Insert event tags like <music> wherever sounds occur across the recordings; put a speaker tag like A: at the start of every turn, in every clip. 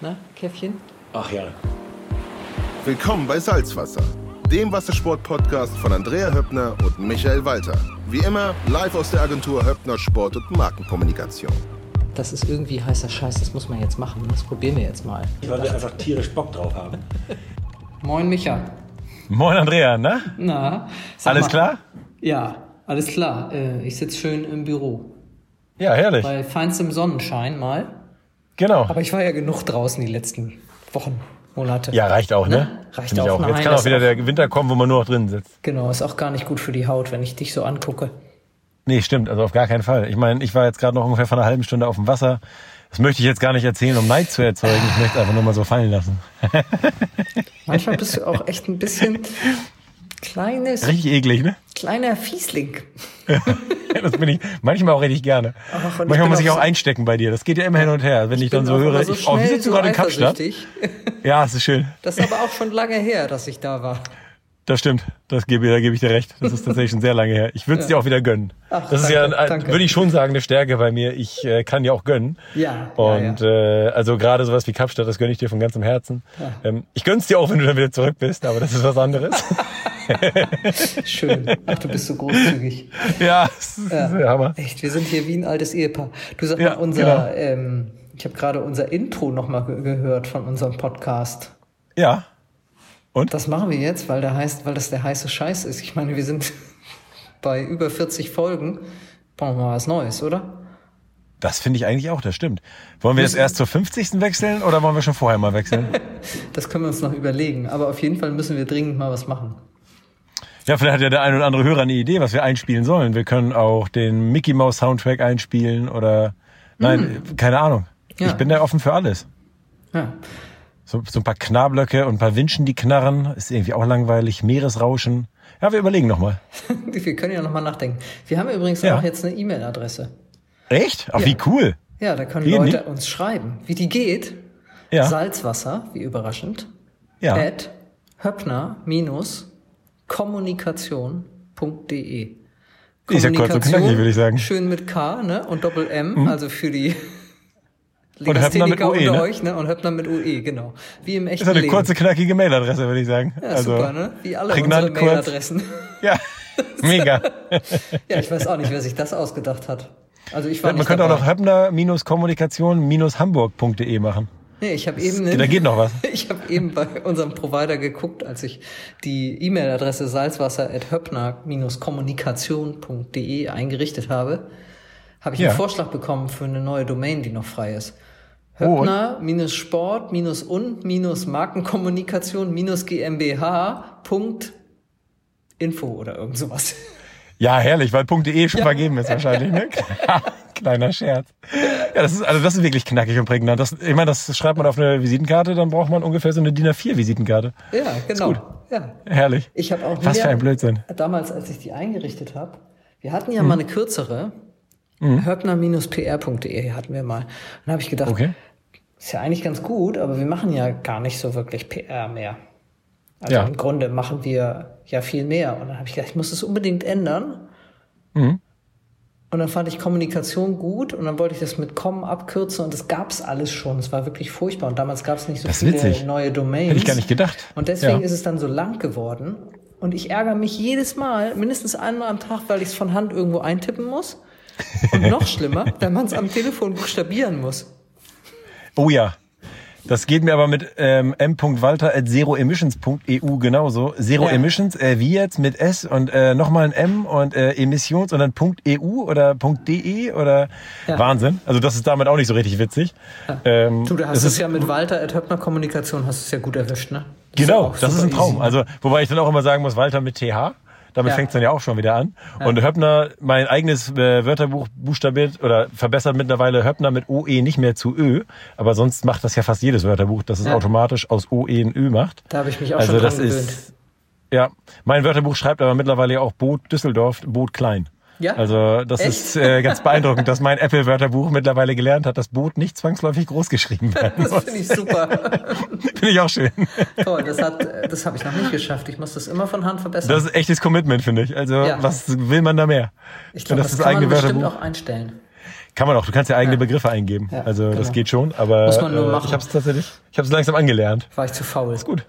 A: ne? Käffchen.
B: Ach ja.
C: Willkommen bei Salzwasser, dem Wassersport-Podcast von Andrea Höppner und Michael Walter. Wie immer live aus der Agentur Höppner Sport und Markenkommunikation.
A: Das ist irgendwie heißer Scheiß, das muss man jetzt machen. ne? Das probieren wir jetzt mal.
B: Weil wir einfach tierisch Bock drauf haben.
A: Moin Micha.
D: Moin Andrea, ne?
A: Na, sag
D: Alles
A: mal-
D: klar?
A: Ja, alles klar. Äh, Ich sitze schön im Büro.
D: Ja, herrlich.
A: Bei feinstem Sonnenschein mal.
D: Genau.
A: Aber ich war ja genug draußen die letzten Wochen, Monate.
D: Ja, reicht auch, ne?
A: Ne? Reicht
D: Finde ich
A: auch. Nein,
D: Jetzt kann
A: das
D: auch wieder
A: auch-
D: der Winter kommen, wo man nur noch drin sitzt.
A: Genau, ist auch gar nicht gut für die Haut, wenn ich dich so angucke.
D: Nee, stimmt, also auf gar keinen Fall. Ich meine, ich war jetzt gerade noch ungefähr vor einer halben Stunde auf dem Wasser. Das möchte ich jetzt gar nicht erzählen, um Neid zu erzeugen. Ich möchte es einfach nur mal so fallen lassen.
A: Manchmal bist du
D: <laughs>
A: auch echt ein bisschen kleines,
D: Richtig eklig, ne? <laughs>
A: kleiner Fiesling.
D: Das bin ich manchmal auch richtig gerne.
A: Ach, und ich
D: manchmal
A: bin
D: muss
A: auch
D: ich auch
A: so-
D: einstecken bei dir. Das geht ja immer hin und her. Wenn ich, dann so
A: bin auch
D: höre,
A: immer
D: ich, oh, wir
A: schnell
D: sitzen gerade in Kapstadt.
A: eifersüchtig.
D: Ja, es ist schön.
A: Das ist aber auch schon lange her, dass ich da war.
D: Das stimmt. Das gebe, da gebe ich dir recht. Das ist tatsächlich schon sehr lange her. Ich würde es dir auch wieder gönnen.
A: Ach,
D: das ist
A: danke,
D: ja, ein-
A: danke.
D: würde ich schon sagen, eine Stärke bei mir. Ich äh, kann dir auch gönnen.
A: Ja, ja,
D: Und
A: ja.
D: Äh, also gerade sowas wie Kapstadt, das gönne ich dir von ganzem Herzen. Ähm, ich gönn's dir auch, wenn du dann wieder zurück bist, aber das ist was
A: <laughs>
D: anderes.
A: Schön. Ach, du bist so großzügig.
D: ja, <laughs> das ist der Hammer.
A: Echt, wir sind hier wie ein altes Ehepaar. Du sag
D: Ja,
A: mal, unser,
D: genau.
A: ähm, ich habe gerade unser Intro nochmal ge gehört von unserem Podcast.
D: Ja.
A: Das machen wir jetzt, weil, der heißt, weil das der heiße Scheiß ist. Ich meine, wir sind <laughs> bei über 40 Folgen. Brauchen wir mal was Neues, oder?
D: Das finde ich eigentlich auch, das stimmt. Wollen wir jetzt erst zur 50. wechseln oder wollen wir schon vorher mal wechseln?
A: Das können wir uns noch überlegen. Aber auf jeden Fall müssen wir dringend mal was machen.
D: Ja, vielleicht hat ja der ein oder andere Hörer eine Idee, was wir einspielen sollen. Wir können auch den Mickey Mouse Soundtrack einspielen oder nein, keine Ahnung.
A: Mm. Ja.
D: Ich bin da offen für alles.
A: Ja. <laughs>
D: So, so ein paar Knarblöcke und ein paar Winschen, die knarren, ist irgendwie auch langweilig. Meeresrauschen. Ja, wir überlegen nochmal.
A: Wir können ja nochmal nachdenken. Wir haben übrigens
D: Ja.
A: auch jetzt eine E-Mail-Adresse.
D: Echt? Ach, wie cool.
A: Ja, da können
D: Wie,
A: Leute
D: ne?
A: uns schreiben, wie die geht.
D: Ja.
A: Salzwasser, wie überraschend.
D: ja.
A: At höppner-kommunikation.de.
D: Ist ja kurz und knackig, würde ich sagen. Mhm.
A: Schön mit K ne? und Doppel M, also für die
D: <laughs> Und Höppner mit
A: Legastheniker
D: UE,
A: unter
D: ne?
A: euch ne? und Höppner mit UE, genau. Wie im echten
D: Ist eine
A: Leben.
D: kurze, knackige Mailadresse, würde ich sagen. Also,
A: ja, super, ne? Wie alle
D: prägnant,
A: unsere
D: kurz.
A: Mailadressen. <laughs>
D: Ja, mega.
A: ja, ich weiß auch nicht, wer sich das ausgedacht hat. Also ich war
D: Man
A: nicht
D: könnte auch
A: dabei.
D: noch höppner-kommunikation-hamburg.de machen.
A: Nee, ich habe eben
D: Da geht noch was.
A: <laughs> Ich habe eben bei unserem Provider geguckt, als ich die E-Mail-Adresse salzwasser.höppner-kommunikation.de eingerichtet habe, habe ich
D: Ja.
A: einen Vorschlag bekommen für eine neue Domain, die noch frei ist.
D: Oh, und?
A: Höppner-Sport- und Markenkommunikation-GmbH.info oder irgend sowas.
D: Ja, herrlich, weil .de schon vergeben ist wahrscheinlich,
A: <laughs>
D: ne? Kleiner Scherz. Ja, das ist, also das ist wirklich knackig und prägnant. Das, ich meine, das schreibt man auf eine Visitenkarte, dann braucht man ungefähr so eine DIN A4-Visitenkarte.
A: Ja, <laughs> genau. Ja.
D: Herrlich.
A: Ich habe auch
D: Was
A: mehr-
D: für ein Blödsinn. Hm.
A: Damals, als ich die eingerichtet habe, wir hatten ja mal eine kürzere. Hörbner-pr.de E hatten wir mal. Und da habe ich gedacht,
D: Okay.
A: ist ja eigentlich ganz gut, aber wir machen ja gar nicht so wirklich PR mehr. Also
D: Ja.
A: im Grunde machen wir ja viel mehr. Und dann habe ich gedacht, ich muss es unbedingt ändern.
D: Mhm.
A: Und dann fand ich Kommunikation gut und dann wollte ich das mit Com abkürzen und das gab es alles schon. Es war wirklich furchtbar und damals gab es nicht so
D: Das ist
A: viele
D: witzig.
A: neue Domains.
D: Hätte ich gar nicht gedacht.
A: Und deswegen
D: Ja.
A: ist es dann so lang geworden. Und ich ärgere mich jedes Mal, mindestens einmal am Tag, weil ich es von Hand irgendwo eintippen muss. Und noch schlimmer, <laughs> wenn man es am Telefon buchstabieren muss.
D: Oh ja. Das geht mir aber mit ähm, m.walter at zeroemissions.eu genauso. Zero
A: Ja.
D: Emissions, äh, wie jetzt mit S und äh, nochmal ein M und äh, Emissions und dann .eu oder .de oder
A: Ja.
D: Wahnsinn. Also das ist damit auch nicht so richtig witzig. Ähm,
A: Du, da hast
D: es
A: es
D: ist-
A: ja mit Walter at Höppner Kommunikation hast du es ja gut erwischt, ne?
D: Genau,
A: ist ja auch
D: das ist
A: super
D: ein Traum.
A: easy.
D: Also, wobei ich dann auch immer sagen muss, Walter mit TH. Damit
A: Ja.
D: fängt's dann ja auch schon wieder an. Und Höppner, mein eigenes äh, Wörterbuch buchstabiert oder verbessert mittlerweile Höppner mit OE nicht mehr zu Ö. Aber sonst macht das ja fast jedes Wörterbuch, dass es
A: Ja.
D: automatisch aus OE ein Ö macht.
A: Da habe ich mich auch
D: also
A: schon dran
D: das ist, ja, mein Wörterbuch schreibt aber mittlerweile auch Boot Düsseldorf, Boot Klein.
A: Ja?
D: Also das
A: Echt?
D: ist äh, ganz beeindruckend, dass mein Apple-Wörterbuch mittlerweile gelernt hat, dass Boot nicht zwangsläufig groß geschrieben
A: <laughs>
D: werden
A: Das
D: <laughs> muss.
A: finde ich super.
D: Finde ich auch schön.
A: Toll, das, hat- das habe ich noch nicht geschafft. Ich muss das immer von Hand verbessern.
D: Das ist echtes Commitment, finde ich. Also,
A: Ja.
D: was will man da mehr?
A: ich glaube,
D: Und
A: das, kann man bestimmt auch einstellen.
D: Kann man auch. Du kannst ja eigene Begriffe eingeben.
A: Ja,
D: also das
A: genau.
D: geht schon. Aber äh,
A: Muss man nur machen.
D: ich habe es tatsächlich. Ich habe es langsam angelernt.
A: War ich zu faul. Ist
D: Gut.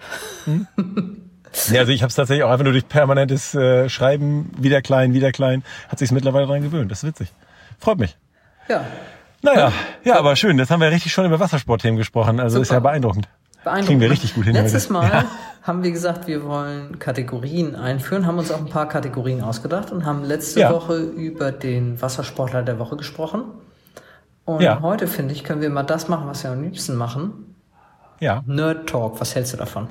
D: Hm? ja, also ich habe es tatsächlich auch einfach nur durch permanentes äh, Schreiben wieder klein, wieder klein, hat sich's mittlerweile dran gewöhnt. Das ist witzig. Freut mich.
A: Ja,
D: Naja, ja, aber schön. Jetzt haben wir richtig schon über Wassersportthemen gesprochen. Also ist
A: Super.
D: ja beeindruckend.
A: beeindruckend.
D: Kriegen wir richtig gut hin.
A: Letztes
D: heute.
A: Mal
D: Ja.
A: haben wir gesagt, wir wollen Kategorien einführen, haben uns auch ein paar Kategorien ausgedacht und haben letzte
D: Ja.
A: Woche über den Wassersportler der Woche gesprochen. Und
D: Ja.
A: heute, finde ich, können wir mal das machen, was wir am liebsten machen.
D: ja.
A: Nerd Talk, was hältst du davon?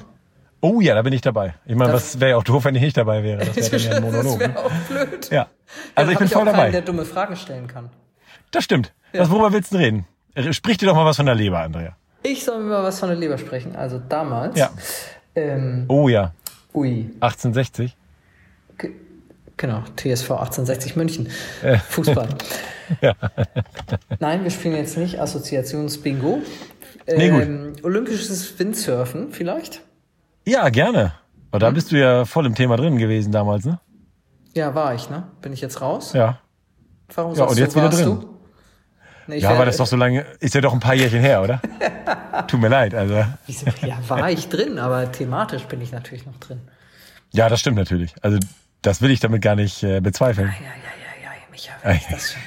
D: Oh ja, da bin ich dabei. Ich meine,
A: Das-
D: was wäre ja auch doof, wenn ich nicht dabei wäre.
A: <laughs>
D: Das wäre dann ja ein Monolog.
A: wär
D: ne?
A: auch blöd.
D: Ja.
A: Dann
D: Also ich
A: hab
D: bin
A: auch
D: voll
A: Keinen, der
D: dabei.
A: dumme Fragen stellen kann.
D: Das stimmt. Was, worüber willst du denn reden? Äh, Sprich dir doch mal was von der Leber, Andrea.
A: Ich soll mir mal was von der Leber sprechen. Also damals.
D: Ja.
A: Ähm,
D: Oh ja,
A: ui.
D: 1860.
A: G- Genau, TSV 1860 München. Fußball.
D: <laughs>
A: <laughs> Nein, wir spielen jetzt nicht Assoziations-Bingo. Ähm,
D: Nee, gut.
A: Olympisches Windsurfen vielleicht?
D: Ja, gerne. Aber da bist du ja voll im Thema drin gewesen damals, ne?
A: Ja, war ich, ne? Bin ich jetzt raus?
D: Ja.
A: Warum
D: und jetzt wieder
A: warst
D: drin.
A: du? Nee, ich
D: Ja,
A: wär-
D: aber das ist doch so lange, ist ja doch ein paar Jährchen her, <laughs> oder? Tut mir leid, also.
A: Wieso? Ja, war ich drin, aber thematisch bin ich natürlich noch drin.
D: Ja, das stimmt natürlich. Also, das will ich damit gar nicht äh, bezweifeln.
A: Ja, ja, ja, ja, ja, Micha, wer ist das schon?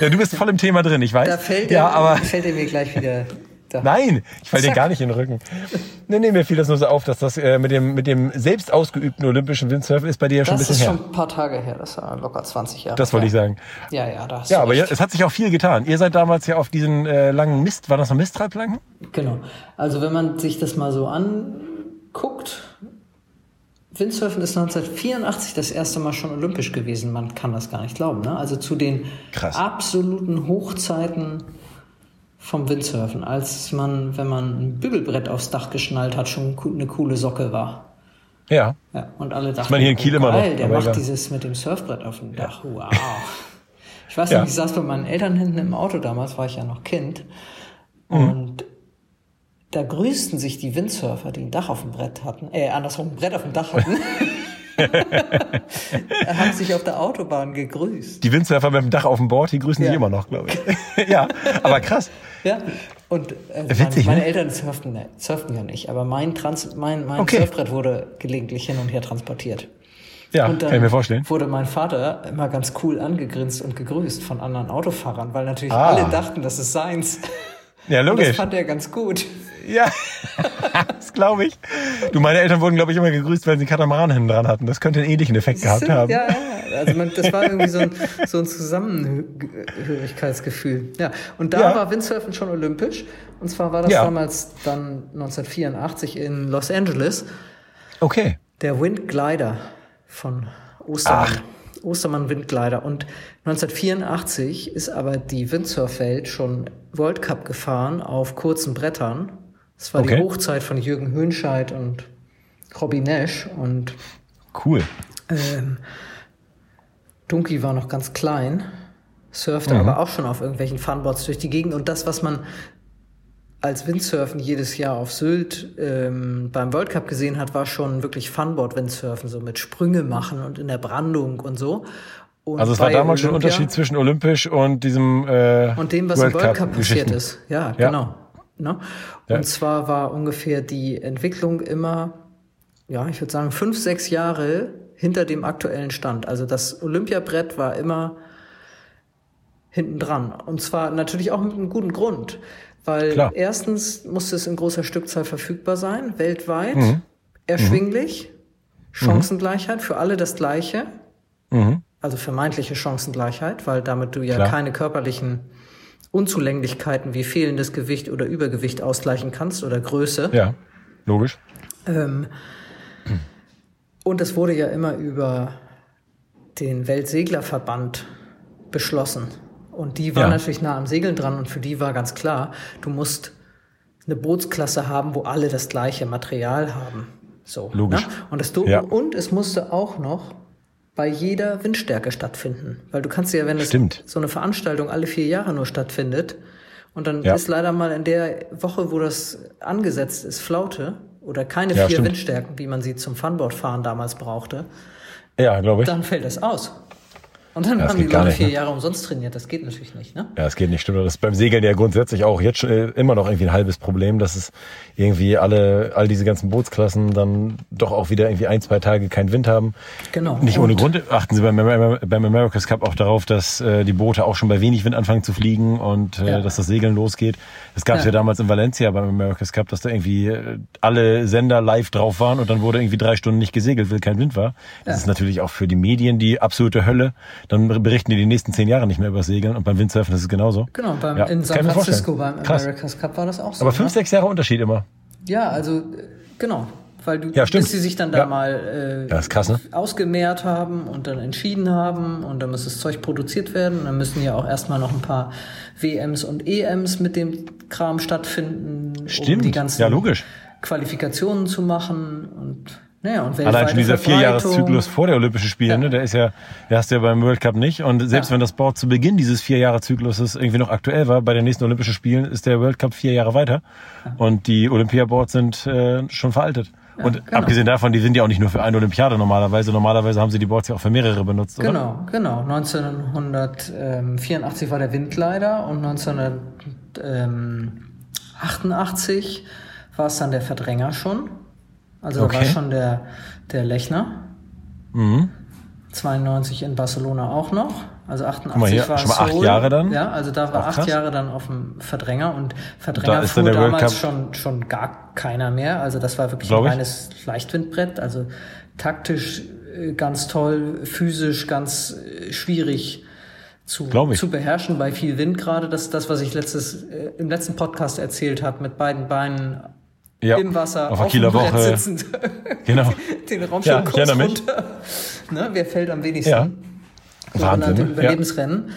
D: Ja, du bist voll im Thema drin, ich weiß.
A: Da fällt,
D: ja,
A: er,
D: aber
A: fällt er mir gleich wieder. Da.
D: Nein, ich fall dir
A: Zack.
D: gar nicht in den Rücken. <laughs> Nee, nee, mir fiel das nur so auf, dass das äh, mit, dem, mit dem selbst ausgeübten olympischen Windsurfen ist bei dir ja schon ein
A: das
D: bisschen
A: ist
D: her.
A: schon ein paar Tage her, das war locker 20 Jahre.
D: Das wollte ich
A: her.
D: sagen.
A: Ja, ja, da hast
D: Ja,
A: du
D: aber ja,
A: recht.
D: es hat sich auch viel getan. Ihr seid damals ja auf diesen äh, langen Mist, waren das noch Mistreibplanken?
A: Genau. Also, wenn man sich das mal so anguckt, Windsurfen ist 1984 das erste Mal schon olympisch gewesen. Man kann das gar nicht glauben. Ne? Also zu den
D: Krass.
A: absoluten Hochzeiten vom Windsurfen, als man, wenn man ein Bügelbrett aufs Dach geschnallt hat, schon co- eine coole Socke war.
D: Ja.
A: Ja, und alle dachten,
D: meine, hier in Kiel
A: oh,
D: immer noch,
A: geil, der
D: aber
A: macht
D: egal.
A: dieses mit dem Surfbrett auf dem Dach. Wow. Ich weiß
D: Ja.
A: nicht, ich saß bei meinen Eltern hinten im Auto damals, war ich ja noch Kind.
D: Mhm.
A: Und da grüßten sich die Windsurfer, die ein Dach auf dem Brett hatten, äh, andersrum ein Brett auf dem Dach hatten.
D: <laughs>
A: <laughs> haben sich auf der Autobahn gegrüßt.
D: Die Windsurfer mit dem Dach auf dem Board, die grüßen
A: Ja.
D: sich immer noch, glaube ich. <laughs> ja, aber krass.
A: Ja. Und äh,
D: Witzig,
A: meine, meine
D: ne?
A: Eltern surften, ne, surften ja nicht, aber mein, Trans, mein, mein
D: Okay.
A: Surfbrett wurde gelegentlich hin und her transportiert.
D: Ja,
A: Und dann
D: kann ich mir vorstellen.
A: wurde mein Vater immer ganz cool angegrinst und gegrüßt von anderen Autofahrern, weil natürlich
D: Ah.
A: alle dachten, das ist seins.
D: <laughs> Ja,
A: Und das
D: logisch.
A: fand er ganz gut.
D: Ja, <laughs> das glaube ich. Du, meine Eltern wurden, glaube ich, immer gegrüßt, wenn sie Katamaran hinten dran hatten. Das könnte einen ähnlichen Effekt gehabt
A: ja,
D: haben.
A: ja, also man, das war irgendwie so ein, so ein Zusammenhörigkeitsgefühl. Ja, und da
D: Ja.
A: war Windsurfen schon olympisch. Und zwar war das
D: Ja.
A: damals dann 1984 in Los Angeles
D: Okay.
A: der Windglider von Ostermann. Ostermann Windglider. Und 1984 ist aber die Windsurfwelt schon World Cup gefahren auf kurzen Brettern. Das war
D: Okay.
A: die Hochzeit von Jürgen Höhnscheid und Robbie Nash. Und
D: Cool.
A: ähm, Dunky war noch ganz klein, surfte
D: Mhm.
A: aber auch schon auf irgendwelchen Funboards durch die Gegend. Und das, was man als Windsurfen jedes Jahr auf Sylt ähm, beim World Cup gesehen hat, war schon wirklich Funboard-Windsurfen, so mit Sprünge machen und in der Brandung und so. Und
D: Also es war
A: bei
D: damals schon ein
A: Olympia-
D: Unterschied zwischen olympisch und diesem äh,
A: und dem, was im World Cup passiert
D: Geschichten.
A: ist. Ja,
D: Ja.
A: genau. Ne? Und
D: Ja.
A: zwar war ungefähr die Entwicklung immer, ja, ich würde sagen, fünf, sechs Jahre hinter dem aktuellen Stand. Also das Olympiabrett war immer hinten dran. Und zwar natürlich auch mit einem guten Grund. Weil
D: Klar.
A: erstens musste es in großer Stückzahl verfügbar sein, weltweit,
D: Mhm.
A: erschwinglich, Chancengleichheit, für alle das Gleiche. Also vermeintliche Chancengleichheit, weil damit du ja
D: Mhm. Klar.
A: keine körperlichen Unzulänglichkeiten wie fehlendes Gewicht oder Übergewicht ausgleichen kannst oder Größe.
D: Ja, logisch.
A: Ähm, und es wurde ja immer über den Weltseglerverband beschlossen. Und die waren
D: Ja.
A: natürlich nah am Segeln dran und für die war ganz klar, du musst eine Bootsklasse haben, wo alle das gleiche Material haben. So.
D: Logisch.
A: Ne? Und, das du
D: Ja.
A: und es musste auch noch bei jeder Windstärke stattfinden. Weil du kannst ja, wenn es
D: Stimmt.
A: so eine Veranstaltung alle vier Jahre nur stattfindet und dann
D: Ja.
A: ist leider mal in der Woche, wo das angesetzt ist, Flaute oder keine
D: Ja,
A: vier
D: stimmt.
A: Windstärken, wie man sie zum Funboardfahren damals brauchte,
D: Ja, glaube ich.
A: dann fällt das aus. Und dann
D: Ja, das
A: haben die
D: geht gar
A: Leute
D: nicht,
A: vier
D: ne?
A: Jahre umsonst trainiert. Das geht natürlich nicht, ne?
D: Ja, es geht nicht, stimmt. Das ist beim Segeln ja grundsätzlich auch jetzt schon, äh, immer noch irgendwie ein halbes Problem, dass es irgendwie alle, all diese ganzen Bootsklassen dann doch auch wieder irgendwie ein, zwei Tage keinen Wind haben.
A: Genau.
D: Nicht ohne
A: Und-
D: Grund achten sie beim, Amer- beim America's Cup auch darauf, dass äh, die Boote auch schon bei wenig Wind anfangen zu fliegen und äh,
A: Ja.
D: dass das Segeln losgeht. Das gab es ja.
A: Ja.
D: damals in Valencia beim America's Cup, dass da irgendwie äh, alle Sender live drauf waren und dann wurde irgendwie drei Stunden nicht gesegelt, weil kein Wind war. Das ist natürlich auch für die Medien die absolute Hölle. Dann berichten die die nächsten zehn Jahre nicht mehr über Segeln und beim Windsurfen ist es genauso.
A: Genau, beim,
D: Ja,
A: in San
D: kann ich mir
A: Francisco
D: vorstellen.
A: beim
D: Krass.
A: America's Cup war das auch so.
D: Aber fünf,
A: ne?
D: sechs Jahre Unterschied immer.
A: Ja, also äh, genau. Weil du,
D: Ja, stimmt.
A: bis sie sich dann da
D: Ja.
A: mal äh,
D: Ja, ist krass, ne?
A: ausgemehrt haben und dann entschieden haben und dann muss das Zeug produziert werden. Dann müssen ja auch erstmal noch ein paar WMs und EMs mit dem Kram stattfinden, um
D: Stimmt.
A: die ganzen
D: Ja, logisch.
A: Qualifikationen zu machen und naja, und weltweite
D: Allein schon dieser
A: Verbreitung.
D: Vierjahreszyklus vor der Olympischen Spiele, ne, der ist ja, der hast du ja beim World Cup nicht. Und selbst
A: Ja.
D: wenn das Board zu Beginn dieses Vierjahreszykluses irgendwie noch aktuell war, bei den nächsten Olympischen Spielen ist der World Cup vier Jahre weiter. Und die Olympiaboards sind äh, schon veraltet. und
A: genau.
D: abgesehen davon, die sind ja auch nicht nur für eine Olympiade normalerweise. Normalerweise haben sie die Boards ja auch für mehrere benutzt, oder?
A: Genau, genau. 1984 war der Windglider und 1988 war es dann der Verdränger schon. Also da war
D: Okay. Mhm.
A: schon der, der Lechner. 92 in Barcelona auch noch. Also 88
D: mal hier,
A: war
D: schon mal
A: es
D: acht
A: Seoul.
D: Jahre dann.
A: Ja, also da war
D: Auch
A: acht
D: krass.
A: Jahre dann auf dem Verdränger und Verdränger
D: Da ist
A: fuhr
D: dann der World
A: damals
D: Cup-
A: schon, schon gar keiner mehr. Also das war wirklich ein
D: Glaub ich.
A: reines Leichtwindbrett. Also taktisch äh, ganz toll, physisch ganz äh, schwierig zu,
D: Glaub ich.
A: zu beherrschen bei viel Wind gerade. Das ist das, was ich letztes, äh, im letzten Podcast erzählt habe, mit beiden Beinen
D: Ja,
A: im Wasser
D: auf der
A: dem
D: Kieler
A: Brett
D: Woche.
A: sitzend. <laughs>
D: Genau.
A: den Raumschirm
D: Ja, ich
A: kurz
D: erinnere mich.
A: runter. Ne, wer fällt am wenigsten?
D: Ja.
A: Wahnsinn,
D: Wahnsinn. ne? Ja.
A: Überlebensrennen.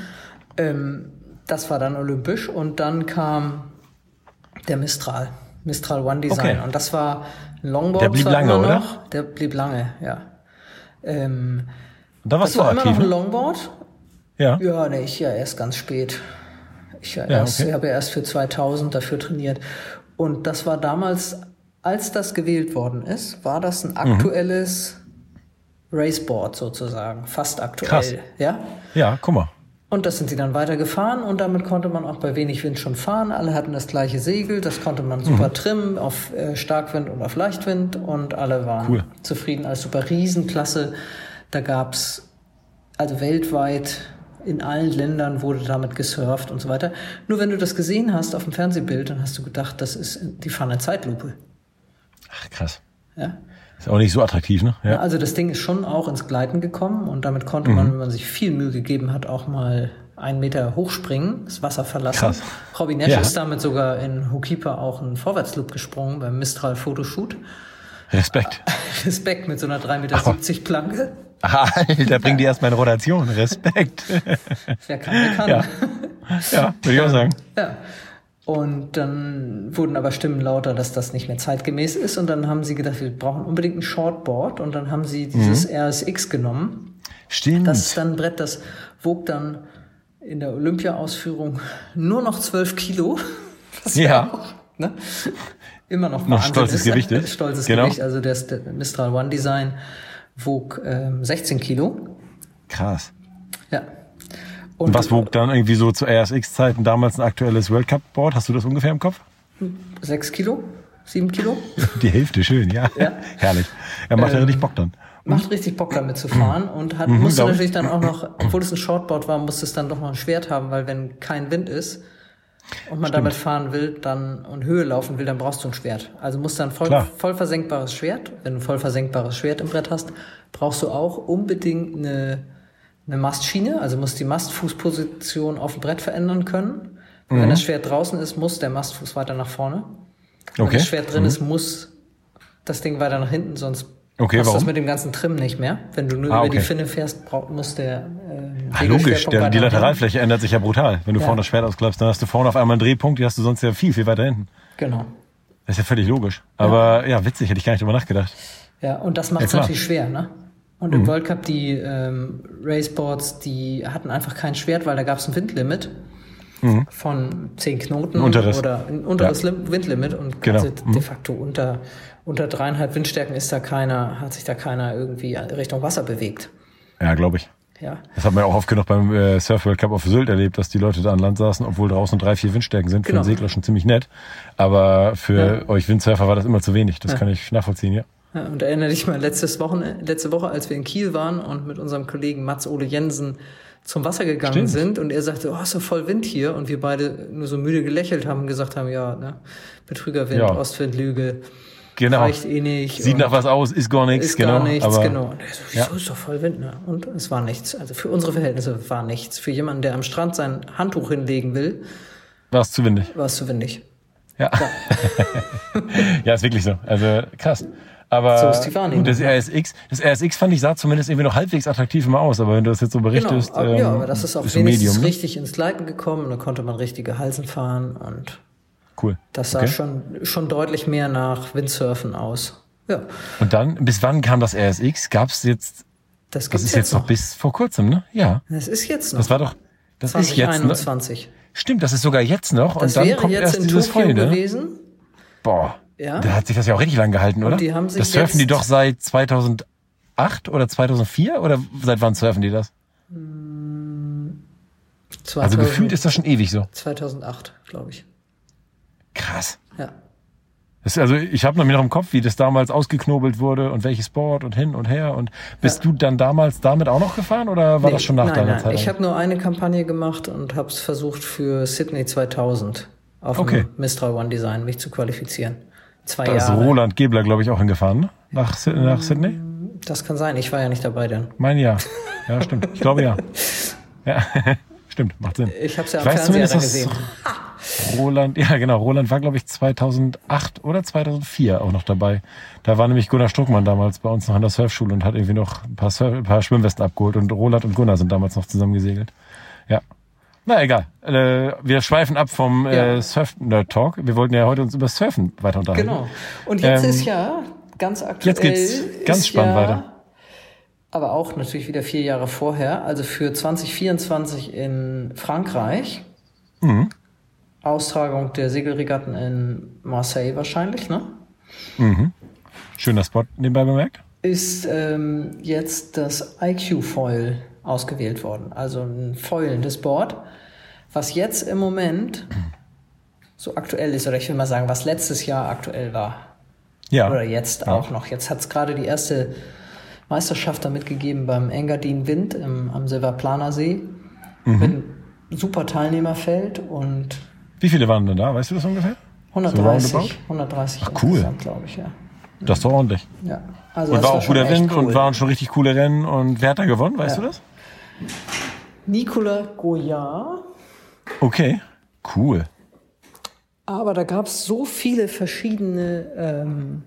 A: Ähm, das war dann olympisch und dann kam der Mistral. Mistral One Design.
D: Okay.
A: Und das war ein Longboard.
D: Der blieb
A: zwar
D: lange,
A: immer
D: oder?
A: noch. Der blieb lange, ja. Ähm,
D: Da warst
A: das
D: du
A: war immer
D: aktiv.
A: noch ein
D: Ne?
A: Longboard.
D: Ja.
A: Ja, nee, ich ja erst ganz spät. Ich ja erst,
D: okay.
A: ich habe ja erst für 2000 dafür trainiert. Und das war damals, als das gewählt worden ist, war das ein aktuelles Raceboard sozusagen, fast aktuell.
D: Krass.
A: Ja.
D: ja, guck mal.
A: Und das sind sie dann weitergefahren und damit konnte man auch bei wenig Wind schon fahren. Alle hatten das gleiche Segel, das konnte man super trimmen auf äh, Starkwind und auf Leichtwind und alle waren
D: Cool.
A: zufrieden als super Riesenklasse. Da gab's also weltweit in allen Ländern wurde damit gesurft und so weiter. Nur wenn du das gesehen hast auf dem Fernsehbild, dann hast du gedacht, das ist die Pfanne Zeitlupe.
D: Ach, krass.
A: Ja?
D: Ist auch nicht so attraktiv, ne? Ja. Mhm.
A: Also das Ding ist schon auch ins Gleiten gekommen und damit konnte man, wenn man sich viel Mühe gegeben hat, auch mal einen Meter hochspringen, das Wasser verlassen.
D: Krass.
A: Robbie Nash
D: Ja.
A: ist damit sogar in Hokipa auch einen Vorwärtsloop gesprungen beim Mistral <laughs> Fotoshoot. <laughs>
D: Respekt. <laughs>
A: Respekt mit so einer 3,70 Meter Planke.
D: Alter, bring die erstmal in Rotation. Respekt.
A: <laughs> Wer kann, der kann.
D: Ja. Ja, würde ich auch sagen.
A: <laughs> Ja. Und dann wurden aber Stimmen lauter, dass das nicht mehr zeitgemäß ist. Und dann haben sie gedacht, wir brauchen unbedingt ein Shortboard. Und dann haben sie dieses
D: Mhm.
A: RSX genommen.
D: Stimmt.
A: Das ist dann ein Brett, das wog dann in der Olympia-Ausführung nur noch 12 Kilo. <laughs> Das war
D: Ja.
A: Auch, ne? Immer noch,
D: Noch
A: Wahnsinn
D: stolzes
A: ist. Ein
D: Gewicht, ne?
A: Stolzes
D: Genau.
A: Gewicht. Also der, der Mistral One Design wog ähm, 16 Kilo.
D: Krass.
A: Ja.
D: Und was wog dann irgendwie so zu RSX-Zeiten damals ein aktuelles World Cup-Board? Hast du das ungefähr im Kopf?
A: 6 Kilo? 7 Kilo?
D: Die Hälfte, schön, ja.
A: Ja. Ähm,
D: Herrlich. Er macht ja richtig Bock dann.
A: Macht richtig Bock damit zu fahren und hat, musste
D: Mhm. glaub ich.
A: natürlich dann auch noch, obwohl es ein Shortboard war, musste es dann doch noch ein Schwert haben, weil wenn kein Wind ist und man damit fahren will dann und Höhe laufen will, dann brauchst du ein Schwert. Also musst du ein voll,
D: Klar.
A: voll versenkbares Schwert, wenn du ein voll versenkbares Schwert im Brett hast, brauchst du auch unbedingt eine, eine Mastschiene, also musst die Mastfußposition auf dem Brett verändern können. Und
D: Mhm.
A: Wenn das Schwert draußen ist, muss der Mastfuß weiter nach vorne. Wenn
D: Okay. Mhm.
A: das Schwert drin ist, muss das Ding weiter nach hinten, sonst
D: Okay,
A: passt das
D: warum?
A: mit dem ganzen Trim nicht mehr. Wenn du nur
D: Ah,
A: über die
D: okay.
A: Finne fährst, brauch, muss der äh,
D: Ah, logisch,
A: Segelschwerpunkt
D: der, die
A: weiter nach hinten.
D: Lateralfläche ändert sich ja brutal. Wenn du
A: Ja.
D: vorne das Schwert ausklappst, dann hast du vorne auf einmal einen Drehpunkt, die hast du sonst ja viel, viel weiter hinten.
A: Genau.
D: Das ist ja völlig logisch. Aber ja, witzig, hätte ich gar nicht drüber nachgedacht.
A: Ja, und das macht es
D: Ja, klar. Mhm.
A: natürlich schwer, ne? Und im World Cup, die ähm, Raceboards, die hatten einfach kein Schwert, weil da gab es ein Windlimit von 10 Knoten
D: Mhm. Ein unteres.
A: oder ein unteres
D: Ja.
A: Lim- Windlimit und
D: Genau.
A: also de facto unter, unter dreieinhalb Windstärken ist da keiner, hat sich da keiner irgendwie Richtung Wasser bewegt.
D: Ja, glaube ich.
A: Ja.
D: Das hat man ja auch oft genug beim äh, Surf World Cup auf Sylt erlebt, dass die Leute da an Land saßen, obwohl draußen drei, vier Windstärken sind. Für
A: Genau.
D: einen Segler schon ziemlich nett. Aber für euch Windsurfer war das immer zu wenig. Das kann ich nachvollziehen, ja.
A: Ja, und erinnere dich mal letztes Wochen, letzte Woche, als wir in Kiel waren und mit unserem Kollegen Mats Ole Jensen zum Wasser gegangen
D: Stimmt.
A: sind und er sagte, oh, ist so voll Wind hier und wir beide nur so müde gelächelt haben und gesagt haben, ja, ne, Betrügerwind,
D: Ja.
A: Ostwindlüge,
D: Genau.
A: reicht eh nicht.
D: Sieht
A: und
D: nach was aus, ist gar nichts,
A: ist
D: genau.
A: gar nichts,
D: aber
A: genau. Und er so, wieso ist doch voll Wind, ne? Und es war nichts. Also für unsere Verhältnisse war nichts. Für jemanden, der am Strand sein Handtuch hinlegen will,
D: War es zu windig.
A: war es zu windig.
D: Ja. ja, ist wirklich so. Also krass. Aber
A: So ist die Wahrnehmung,
D: gut, das RSX, das RSX fand ich sah zumindest irgendwie noch halbwegs attraktiv immer aus, aber wenn du das jetzt so berichtest,
A: Genau, aber, ja,
D: ähm,
A: aber das ist auch
D: ein
A: wenigstens
D: Medium. ne?
A: richtig ins Gleiten gekommen. Da konnte man richtige Halsen fahren und
D: Cool.
A: das sah schon, schon deutlich mehr nach Windsurfen aus. Ja,
D: Und dann, bis wann kam das RSX? Gab's jetzt,
A: das gibt
D: das
A: es
D: ist
A: jetzt,
D: jetzt noch bis vor kurzem, ne? Ja.
A: Das ist jetzt noch.
D: Das war doch, das ist jetzt noch.
A: 2021.
D: Stimmt, das ist sogar jetzt noch.
A: Das
D: und dann
A: wäre
D: kommt
A: jetzt
D: erst
A: in
D: dieses ne?
A: Tokio
D: Folge.
A: gewesen.
D: Boah,
A: Ja.
D: da hat sich das ja auch richtig lang gehalten, oder?
A: die haben sich
D: das surfen die
A: jetzt-
D: doch seit 2008 oder 2004 oder seit wann surfen die das?
A: 2000,
D: Also gefühlt ist das schon ewig so.
A: 2008, glaube ich.
D: Krass.
A: Ja.
D: Das ist also ich habe noch mir noch im Kopf, wie das damals ausgeknobelt wurde und welches Board und hin und her und bist du dann damals damit auch noch gefahren oder war das schon nach
A: nein,
D: deiner
A: nein.
D: Zeit?
A: Ich habe nur eine Kampagne gemacht und habe es versucht für Sydney 2000 auf
D: Okay.
A: dem Mistral One Design mich zu qualifizieren. Zwei
D: da ist
A: Jahre.
D: Roland Gebler, glaube ich, auch hingefahren, ne? Nach, Sy- nach Sydney?
A: Das kann sein. Ich war ja nicht dabei denn.
D: Mein ja. Ja, stimmt. Ich
A: <laughs>
D: glaube ja. Ja, <laughs> stimmt, macht Sinn.
A: Ich habe es ja
D: Ich
A: am
D: weiß
A: Fernseher
D: zumindest,
A: dann
D: dass
A: gesehen.
D: Roland, ja genau, Roland war glaube ich 2008 oder 2004 auch noch dabei. Da war nämlich Gunnar Struckmann damals bei uns noch in der Surfschule und hat irgendwie noch ein paar, Surf, ein paar Schwimmwesten abgeholt und Roland und Gunnar sind damals noch zusammen gesegelt. Ja. Na egal, äh, wir schweifen ab vom äh,
A: Ja.
D: Surf-Nerd-Talk. Wir wollten ja heute uns über Surfen weiter unterhalten.
A: Genau. Und jetzt
D: Ähm,
A: ist ja ganz aktuell.
D: jetzt geht's ganz
A: ist
D: spannend
A: ja,
D: weiter.
A: Aber auch natürlich wieder vier Jahre vorher, also für 2024 in Frankreich.
D: Mhm.
A: Austragung der Segelregatten in Marseille wahrscheinlich, ne?
D: Schöner Spot nebenbei bemerkt.
A: Ist ähm, jetzt das IQ-Foil ausgewählt worden, also ein foilendes Board, was jetzt im Moment so aktuell ist, oder ich will mal sagen, was letztes Jahr aktuell war.
D: Ja.
A: Oder jetzt auch noch. Jetzt hat es gerade die erste Meisterschaft damit gegeben beim Engadin Wind im, am Silverplaner See.
D: Mhm.
A: Mit einem super Teilnehmerfeld und
D: Wie viele waren denn da? Weißt du das ungefähr? So
A: 130,
D: roundabout?
A: 130
D: Ach, cool.
A: glaube ich, ja.
D: Das ist doch ordentlich.
A: ja. Also
D: Und
A: das
D: war auch
A: schon
D: guter
A: echt
D: Wind
A: cool.
D: und waren schon richtig coole Rennen. Und wer hat da gewonnen, weißt
A: Ja.
D: du das?
A: Nicola Goyard.
D: Okay, cool.
A: Aber da gab es so viele verschiedene ähm,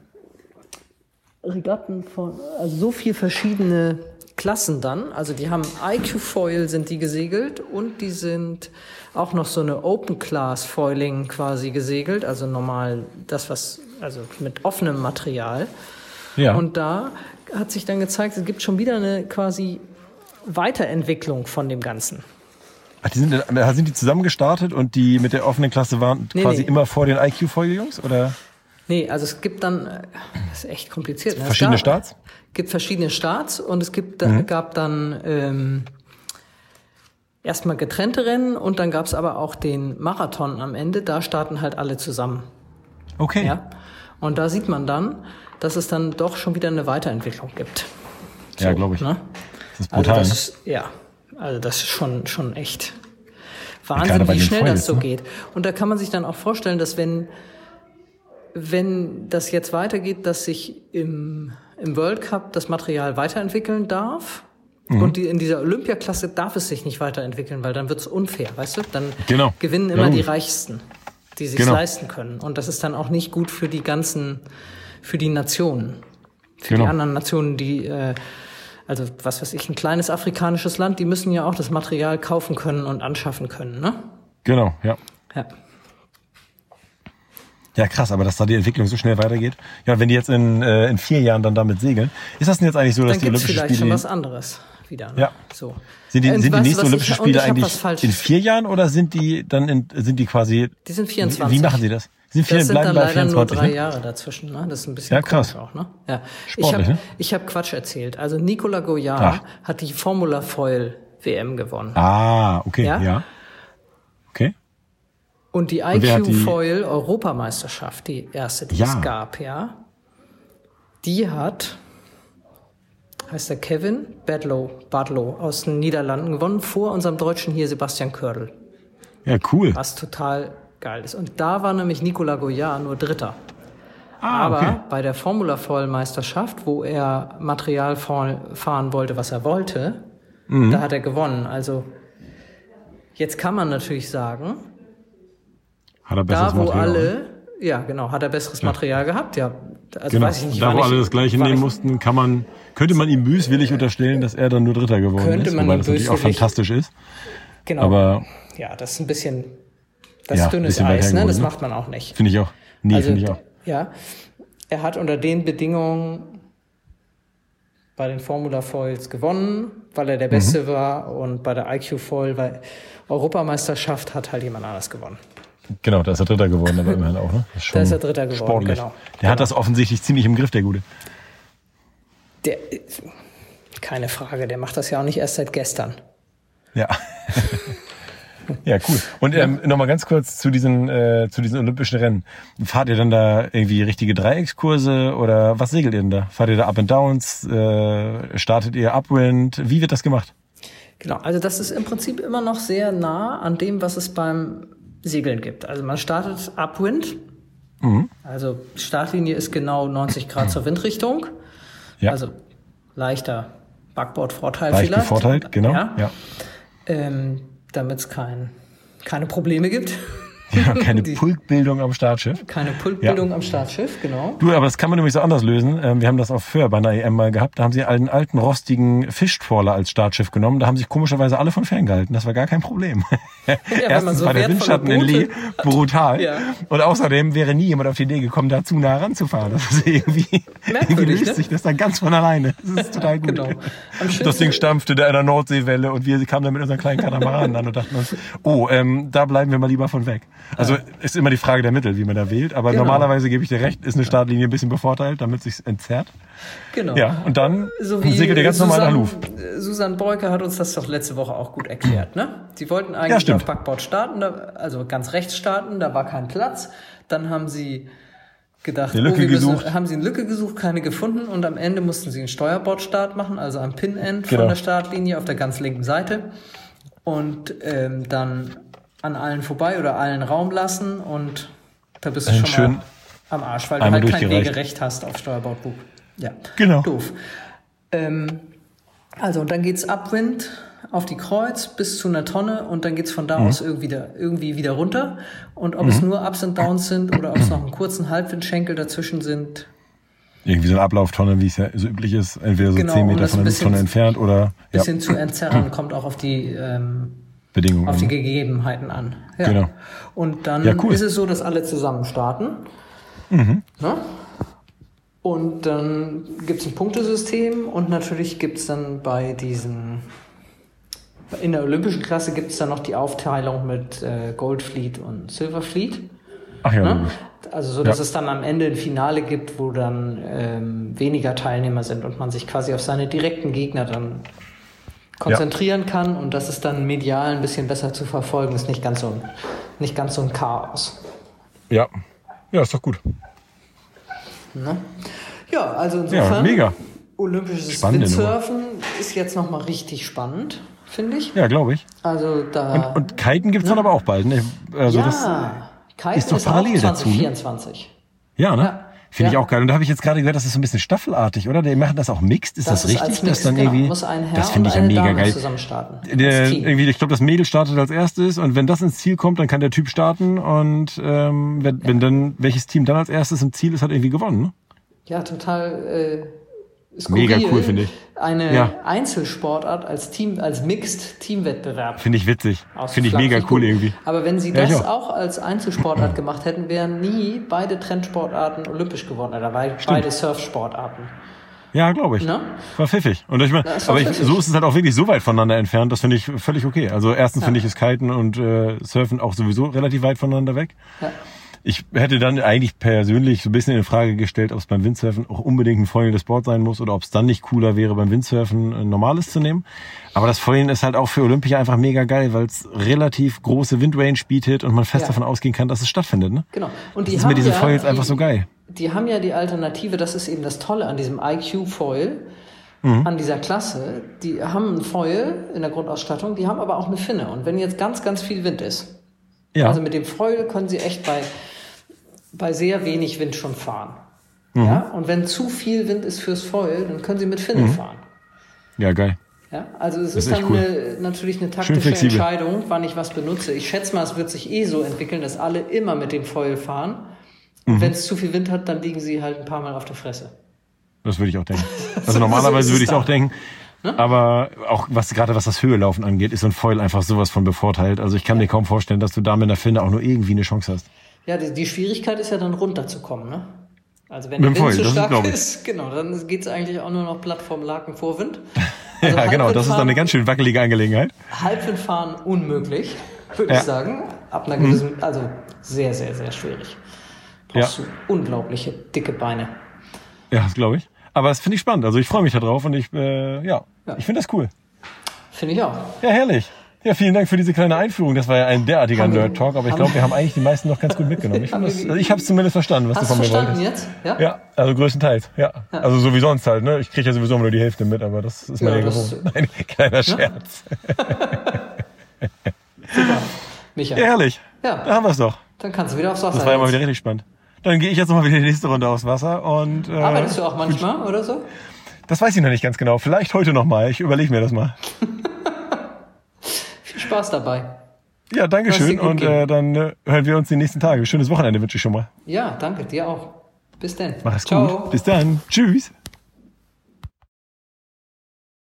A: Regatten von, also so viel verschiedene Klassen dann. Also die haben IQ Foil sind die gesegelt und die sind auch noch so eine Open Class Foiling quasi gesegelt, also normal das was, also mit offenem Material.
D: Ja.
A: Und da hat sich dann gezeigt, es gibt schon wieder eine quasi Weiterentwicklung von dem Ganzen.
D: Ach, die sind, da sind die zusammen gestartet und die mit der offenen Klasse waren
A: Nee,
D: quasi
A: nee.
D: immer vor den IQ-Folge-Jungs? Oder
A: Nee, also es gibt dann, äh, das ist echt kompliziert. Ne?
D: verschiedene Mhm.
A: Es gab-
D: Starts?
A: gibt verschiedene Starts und es gibt, da gab dann ähm, erstmal getrennte Rennen und dann gab es aber auch den Marathon am Ende. Da starten halt alle zusammen.
D: Okay.
A: Ja? Und da sieht man dann, dass es dann doch schon wieder eine Weiterentwicklung gibt.
D: ja glaube ich.
A: Ne?
D: Das ist
A: Also
D: brutal.
A: das
D: ne?
A: ist, ja, also das ist schon, schon echt
D: gerade
A: Wahnsinn,
D: bei
A: wie
D: den
A: schnell
D: Foils,
A: das so
D: ne?
A: geht. Und da kann man sich dann auch vorstellen, dass wenn, wenn das jetzt weitergeht, dass sich im, im World Cup das Material weiterentwickeln darf.
D: Mhm.
A: Und die, in dieser Olympiaklasse darf es sich nicht weiterentwickeln, weil dann wird es unfair, weißt du? Dann
D: Genau.
A: gewinnen
D: Ja,
A: immer die
D: logisch.
A: Reichsten, die sich
D: Genau.
A: leisten können. Und das ist dann auch nicht gut für die ganzen, für die Nationen für
D: Genau.
A: die anderen Nationen, die, äh, also was weiß ich, ein kleines afrikanisches Land, die müssen ja auch das Material kaufen können und anschaffen können, ne?
D: Genau, ja.
A: Ja.
D: Ja, krass, aber dass da die Entwicklung so schnell weitergeht. Ja, wenn die jetzt in, äh, in vier Jahren dann damit segeln, ist das denn jetzt eigentlich so, dass
A: Dann
D: die
A: gibt's
D: Olympischen
A: vielleicht
D: Spiele.
A: schon was anderes wieder. Ne?
D: Ja.
A: So.
D: Sind die,
A: Und
D: sind die
A: weißt du,
D: nächsten
A: was ich-
D: Olympischen
A: und
D: Spiele
A: ich hab was
D: eigentlich
A: falsch.
D: in vier Jahren oder sind die dann in, sind die quasi.
A: Die sind
D: Wie,
A: 24.
D: wie machen sie das? sind viele
A: das sind
D: bleiben
A: dann
D: bei
A: leider nur
D: 24.
A: drei
D: Ne?
A: Jahre dazwischen. Ne? Das ist ein bisschen
D: Ja, krass.
A: komisch auch. Ne? Ja. Ich
D: Sportlich,
A: habe
D: ne?
A: ich hab Quatsch erzählt. Also Nicola Goyard
D: Ach.
A: hat die Formula Foil WM gewonnen.
D: Ah, okay,
A: Ja?
D: ja. Okay.
A: Und die
D: wer hat
A: IQ
D: die-
A: Foil Europameisterschaft, die erste, die
D: Ja.
A: es gab, ja, die hat, heißt der Kevin Badlow, Badlow aus den Niederlanden gewonnen, vor unserem Deutschen hier Sebastian Kördel,
D: Ja, cool.
A: was total geil ist. Und da war nämlich Nicolas Goyard nur Dritter.
D: Ah,
A: Aber
D: okay.
A: bei der Formula Foil Meisterschaft, wo er Material fahren fahren wollte, was er wollte,
D: Mhm.
A: da hat er gewonnen. Also jetzt kann man natürlich sagen,
D: Hat er besseres
A: da, wo
D: Material.
A: alle, ja, genau, hat er besseres Material gehabt, ja. Also
D: Genau.
A: weiß ich nicht,
D: da,
A: wann
D: wo
A: ich-
D: alle das Gleiche
A: wann
D: nehmen
A: ich-
D: mussten, kann man, könnte man ihm böswillig unterstellen, dass er dann nur Dritter geworden
A: Könnte
D: ist,
A: man
D: wobei
A: ihm
D: das natürlich auch
A: böswillig-
D: fantastisch ist.
A: Genau.
D: Aber
A: ja, das ist ein bisschen, das
D: Ja,
A: ist dünnes
D: bisschen weit
A: Eis, ne?
D: hergeholt,
A: Das
D: ne?
A: macht man auch nicht.
D: finde ich auch. Nee,
A: Also
D: finde ich auch.
A: ja, er hat unter den Bedingungen bei den Formula Foils gewonnen, weil
D: Mhm.
A: er der Beste war und bei der IQ Foil, weil Europameisterschaft hat halt jemand anders gewonnen.
D: Genau, da ist er Dritter geworden, aber immerhin auch. Ne? Das schon
A: Da ist er Dritter geworden,
D: sportlich.
A: genau.
D: Der hat das offensichtlich ziemlich im Griff, der Gute.
A: Der, keine Frage, der macht das ja auch nicht erst seit gestern.
D: Ja. <laughs> ja, cool. Und ähm, nochmal ganz kurz zu diesen, äh, zu diesen olympischen Rennen. Fahrt ihr dann da irgendwie richtige Dreieckskurse oder was segelt ihr denn da? Fahrt ihr da Up and Downs? Äh, startet ihr Upwind? Wie wird das gemacht?
A: Genau, also das ist im Prinzip immer noch sehr nah an dem, was es beim Segeln gibt. Also man startet Upwind,
D: Mhm.
A: also Startlinie ist genau 90 Grad zur Windrichtung,
D: Ja,
A: also leichter Backboard-Vorteil
D: leicht
A: vielleicht.
D: bevorteilt, genau. Ja. Ja.
A: Ähm, Damit es kein, keine Probleme gibt,
D: <laughs>
A: <laughs>
D: keine
A: Die-
D: Pulkbildung am Startschiff.
A: keine Pultbildung am Startschiff, genau.
D: Du, aber das kann man nämlich so anders lösen. Ähm, Wir haben das auf Föhr bei einer EM mal gehabt. Da haben sie einen alten, rostigen Fischtrawler als Startschiff genommen. Da haben sich komischerweise alle von ferngehalten. Das war gar kein Problem. <laughs>
A: wenn man
D: Erstens
A: so
D: war der
A: wertvolle
D: Windschatten in
A: Boote
D: Lee brutal.
A: Ja.
D: Und außerdem wäre nie jemand auf die Idee gekommen, da zu nah ranzufahren. Das ist irgendwie, <laughs> irgendwie
A: Merkwürdig,
D: löst
A: ne?
D: sich das dann ganz von alleine.
A: <laughs>
D: Das ist total gut.
A: Genau. Am
D: Das
A: schönsten-
D: Ding stampfte da in der Nordseewelle und wir kamen dann mit unseren kleinen Katamaranen an und dachten uns, oh, ähm, da bleiben wir mal lieber von weg. Also ist immer die Frage der Mittel, wie man da wählt. Aber
A: Genau.
D: normalerweise gebe ich dir recht, ist eine Startlinie ein bisschen bevorteilt, damit sich's entzerrt.
A: Genau.
D: Ja, und dann
A: So wie
D: segelt ihr ganz normal nach Luft.
A: Susan Beuke hat uns das doch letzte Woche auch gut erklärt, ne? Sie wollten
D: Ja,
A: eigentlich
D: stimmt.
A: auf Backboard starten, da, also ganz rechts starten, da war kein Platz. Dann haben sie gedacht, oh,
D: Eine Lücke
A: wir
D: gesucht.
A: haben sie eine Lücke gesucht, keine gefunden und am Ende mussten sie einen Steuerbordstart machen, also am Pin-End
D: Genau.
A: von der Startlinie auf der ganz linken Seite und ähm, dann an allen vorbei oder allen Raum lassen und da bist du
D: Dann
A: schon
D: schön
A: mal am Arsch, weil du
D: einmal
A: halt kein
D: durchgereicht.
A: Wegerecht hast auf Steuerbordbug. Ja.
D: Genau.
A: Doof. Ähm, also, und dann geht's upwind auf die Kreuz bis zu einer Tonne und dann geht's von
D: Mhm.
A: da aus irgendwie, da, irgendwie wieder runter. Und ob es nur Ups und Downs sind oder ob es noch einen kurzen Halbwindschenkel dazwischen sind,
D: Irgendwie so eine Ablauftonne, wie es ja so üblich ist, entweder so
A: Genau,
D: zehn
A: um
D: Meter
A: das
D: von
A: ein
D: der
A: bisschen-
D: Lufttonne entfernt oder ja,
A: bisschen zu entzerren, kommt auch auf die, ähm,
D: Bedingungen.
A: auf die
D: an.
A: Gegebenheiten an. Ja.
D: Genau.
A: Und dann
D: Ja, cool. Mhm.
A: ist es so, dass alle zusammen starten. Ne? Und dann gibt es ein Punktesystem und natürlich gibt es dann bei diesen, in der olympischen Klasse gibt es dann noch die Aufteilung mit äh, Gold Fleet und Silver Fleet.
D: Ach ja,
A: Ne?
D: logisch.
A: Also so, dass
D: Mhm. Ja.
A: es dann am Ende ein Finale gibt, wo dann ähm, weniger Teilnehmer sind und man sich quasi auf seine direkten Gegner dann konzentrieren kann und das ist dann medial ein bisschen besser zu verfolgen, ist nicht ganz so ein, nicht ganz so ein Chaos.
D: ja. Ja, ist doch gut.
A: Ne? Ja, also insofern.
D: mega.
A: Olympisches
D: Spannende Nummer.
A: Windsurfen ist jetzt nochmal richtig spannend, finde ich.
D: Ja, glaube ich.
A: Also da.
D: Und Kiten gibt's dann aber auch bald. Ne? Also
A: ja,
D: das,
A: Kiten
D: ist doch parallel
A: auch
D: dazu, ne?
A: 2024.
D: Ja, ne?
A: Ja.
D: Finde ich
A: Ja.
D: auch geil. Und da habe ich jetzt gerade gehört, das ist so ein bisschen staffelartig, oder? Die machen das auch mixed. Ist das,
A: ist
D: richtig?
A: als Mix,
D: das dann
A: genau.
D: irgendwie,
A: muss ein Herr
D: das
A: und
D: finde ich ja
A: eine
D: mega
A: Dame
D: geil.
A: zusammen starten.
D: Der,
A: Als Team.
D: irgendwie, ich glaube, das Mädel startet als erstes und wenn das ins Ziel kommt, dann kann der Typ starten und ähm, wenn, wenn dann welches Team dann als erstes im Ziel ist, hat irgendwie gewonnen. Ne?
A: Ja, total äh, skurril.
D: Mega cool, finde ich.
A: Eine
D: Ja.
A: Einzelsportart als Team, als Mixed-Teamwettbewerb.
D: Finde ich witzig. Finde ich
A: auszuflaggen.
D: mega cool irgendwie.
A: Aber wenn sie
D: Ja, ich
A: das
D: auch.
A: auch. als
D: <clears throat>
A: Einzelsportart gemacht hätten, wären nie beide Trendsportarten olympisch geworden oder bei- beide Surfsportarten.
D: Ja, glaube ich.
A: Ne?
D: War pfiffig. Und ich meine,
A: Das war
D: aber ich,
A: pfiffig.
D: so ist es halt auch wirklich so weit voneinander entfernt, das finde ich völlig okay. Also erstens finde ich es Kiten und äh, Surfen auch sowieso relativ weit voneinander weg.
A: Ja.
D: Ich hätte dann eigentlich persönlich so ein bisschen in Frage gestellt, ob es beim Windsurfen auch unbedingt ein Foilen des Sport sein muss oder ob es dann nicht cooler wäre, beim Windsurfen ein normales zu nehmen. Aber das Foilen ist halt auch für Olympia einfach mega geil, weil es relativ große Windrange bietet und man fest
A: Ja.
D: davon ausgehen kann, dass es stattfindet. Ne?
A: Genau. Und
D: Das ist mit diesen Foils
A: die-
D: einfach so geil.
A: Die haben ja die Alternative, das ist eben das Tolle an diesem IQ-Foil,
D: Mhm.
A: an dieser Klasse. Die haben ein Foil in der Grundausstattung, die haben aber auch eine Finne. Und wenn jetzt ganz, ganz viel Wind ist,
D: Ja,
A: also mit dem Foil können sie echt bei, bei sehr wenig Wind schon fahren.
D: Mhm.
A: Ja? Und wenn zu viel Wind ist fürs Foil, dann können sie mit Finne fahren.
D: ja geil.
A: Ja, also es ist,
D: Mhm. ist echt
A: dann
D: cool.
A: eine, natürlich eine taktische
D: flexibel.
A: Entscheidung, wann ich was benutze. Ich schätze mal, es wird sich eh so entwickeln, dass alle immer mit dem Foil fahren.
D: Mhm.
A: Und wenn es zu viel Wind hat, dann liegen sie halt ein paar Mal auf der Fresse.
D: Das würde ich
A: <laughs>
D: auch denken. Also
A: so ist Ne?
D: normalerweise
A: es
D: würde ich es
A: dann.
D: auch denken. Aber auch was gerade was das Höhelaufen angeht, ist so ein Foil einfach sowas von bevorteilt. Also ich kann mir kaum vorstellen, dass du da mit einer Finde auch nur irgendwie eine Chance hast.
A: Ja, die, die Schwierigkeit ist ja dann runterzukommen, ne? Also wenn der
D: Mit dem
A: Wind
D: Foil,
A: zu
D: das
A: stark
D: glaub ich.
A: ist, <laughs> genau, dann geht's eigentlich auch nur noch platt vom Laken vor
D: <laughs>
A: Wind. Also
D: ja, genau. Das ist dann eine ganz schön wackelige Angelegenheit.
A: Halbwind fahren unmöglich, würde
D: Ja. Mhm.
A: ich sagen. Ab einer gewissen, also sehr, sehr, sehr schwierig. Brauchst
D: Ja.
A: du unglaubliche dicke Beine.
D: Ja, das glaube ich. Aber das finde ich spannend. Also ich freue mich da drauf und ich, äh, ja,
A: Ja.
D: ich finde das cool.
A: Finde ich auch.
D: Ja, herrlich. Ja, vielen Dank für diese kleine Einführung. Das war ja ein derartiger
A: Haben wir-
D: Nerd Talk, aber ich
A: haben-
D: glaube, wir haben eigentlich die meisten noch ganz gut mitgenommen.
A: <laughs>
D: Ich,
A: Haben
D: find das-
A: wir-
D: also ich habe es zumindest verstanden, was
A: Hast du
D: du von mir
A: verstanden
D: wolltest.
A: jetzt? Ja?
D: Ja, also größtenteils, ja. Also so wie sonst halt, ne? Ich kriege ja sowieso nur die Hälfte mit, aber das ist
A: Ja,
D: meine
A: das-
D: Gewohnheit. <laughs> Nein, kleiner Scherz.
A: Micha.
D: Ja, herrlich.
A: Ja.
D: Da haben wir es doch.
A: Dann kannst du wieder aufs Wasser.
D: Das war ja mal
A: jetzt.
D: wieder richtig spannend. Dann gehe ich jetzt nochmal wieder die nächste Runde aufs Wasser und äh,
A: Arbeitest du auch manchmal oder so?
D: das weiß ich noch nicht ganz genau. Vielleicht heute nochmal. Ich überlege mir das mal.
A: Viel Spaß dabei.
D: Ja, danke
A: Lass dir
D: schön
A: gut
D: und
A: gehen.
D: äh, dann äh, hören wir uns die nächsten Tage. Schönes Wochenende wünsche ich schon mal.
A: Ja, danke dir auch. Bis dann.
D: Mach es
A: Ciao.
D: gut. Bis dann. Tschüss.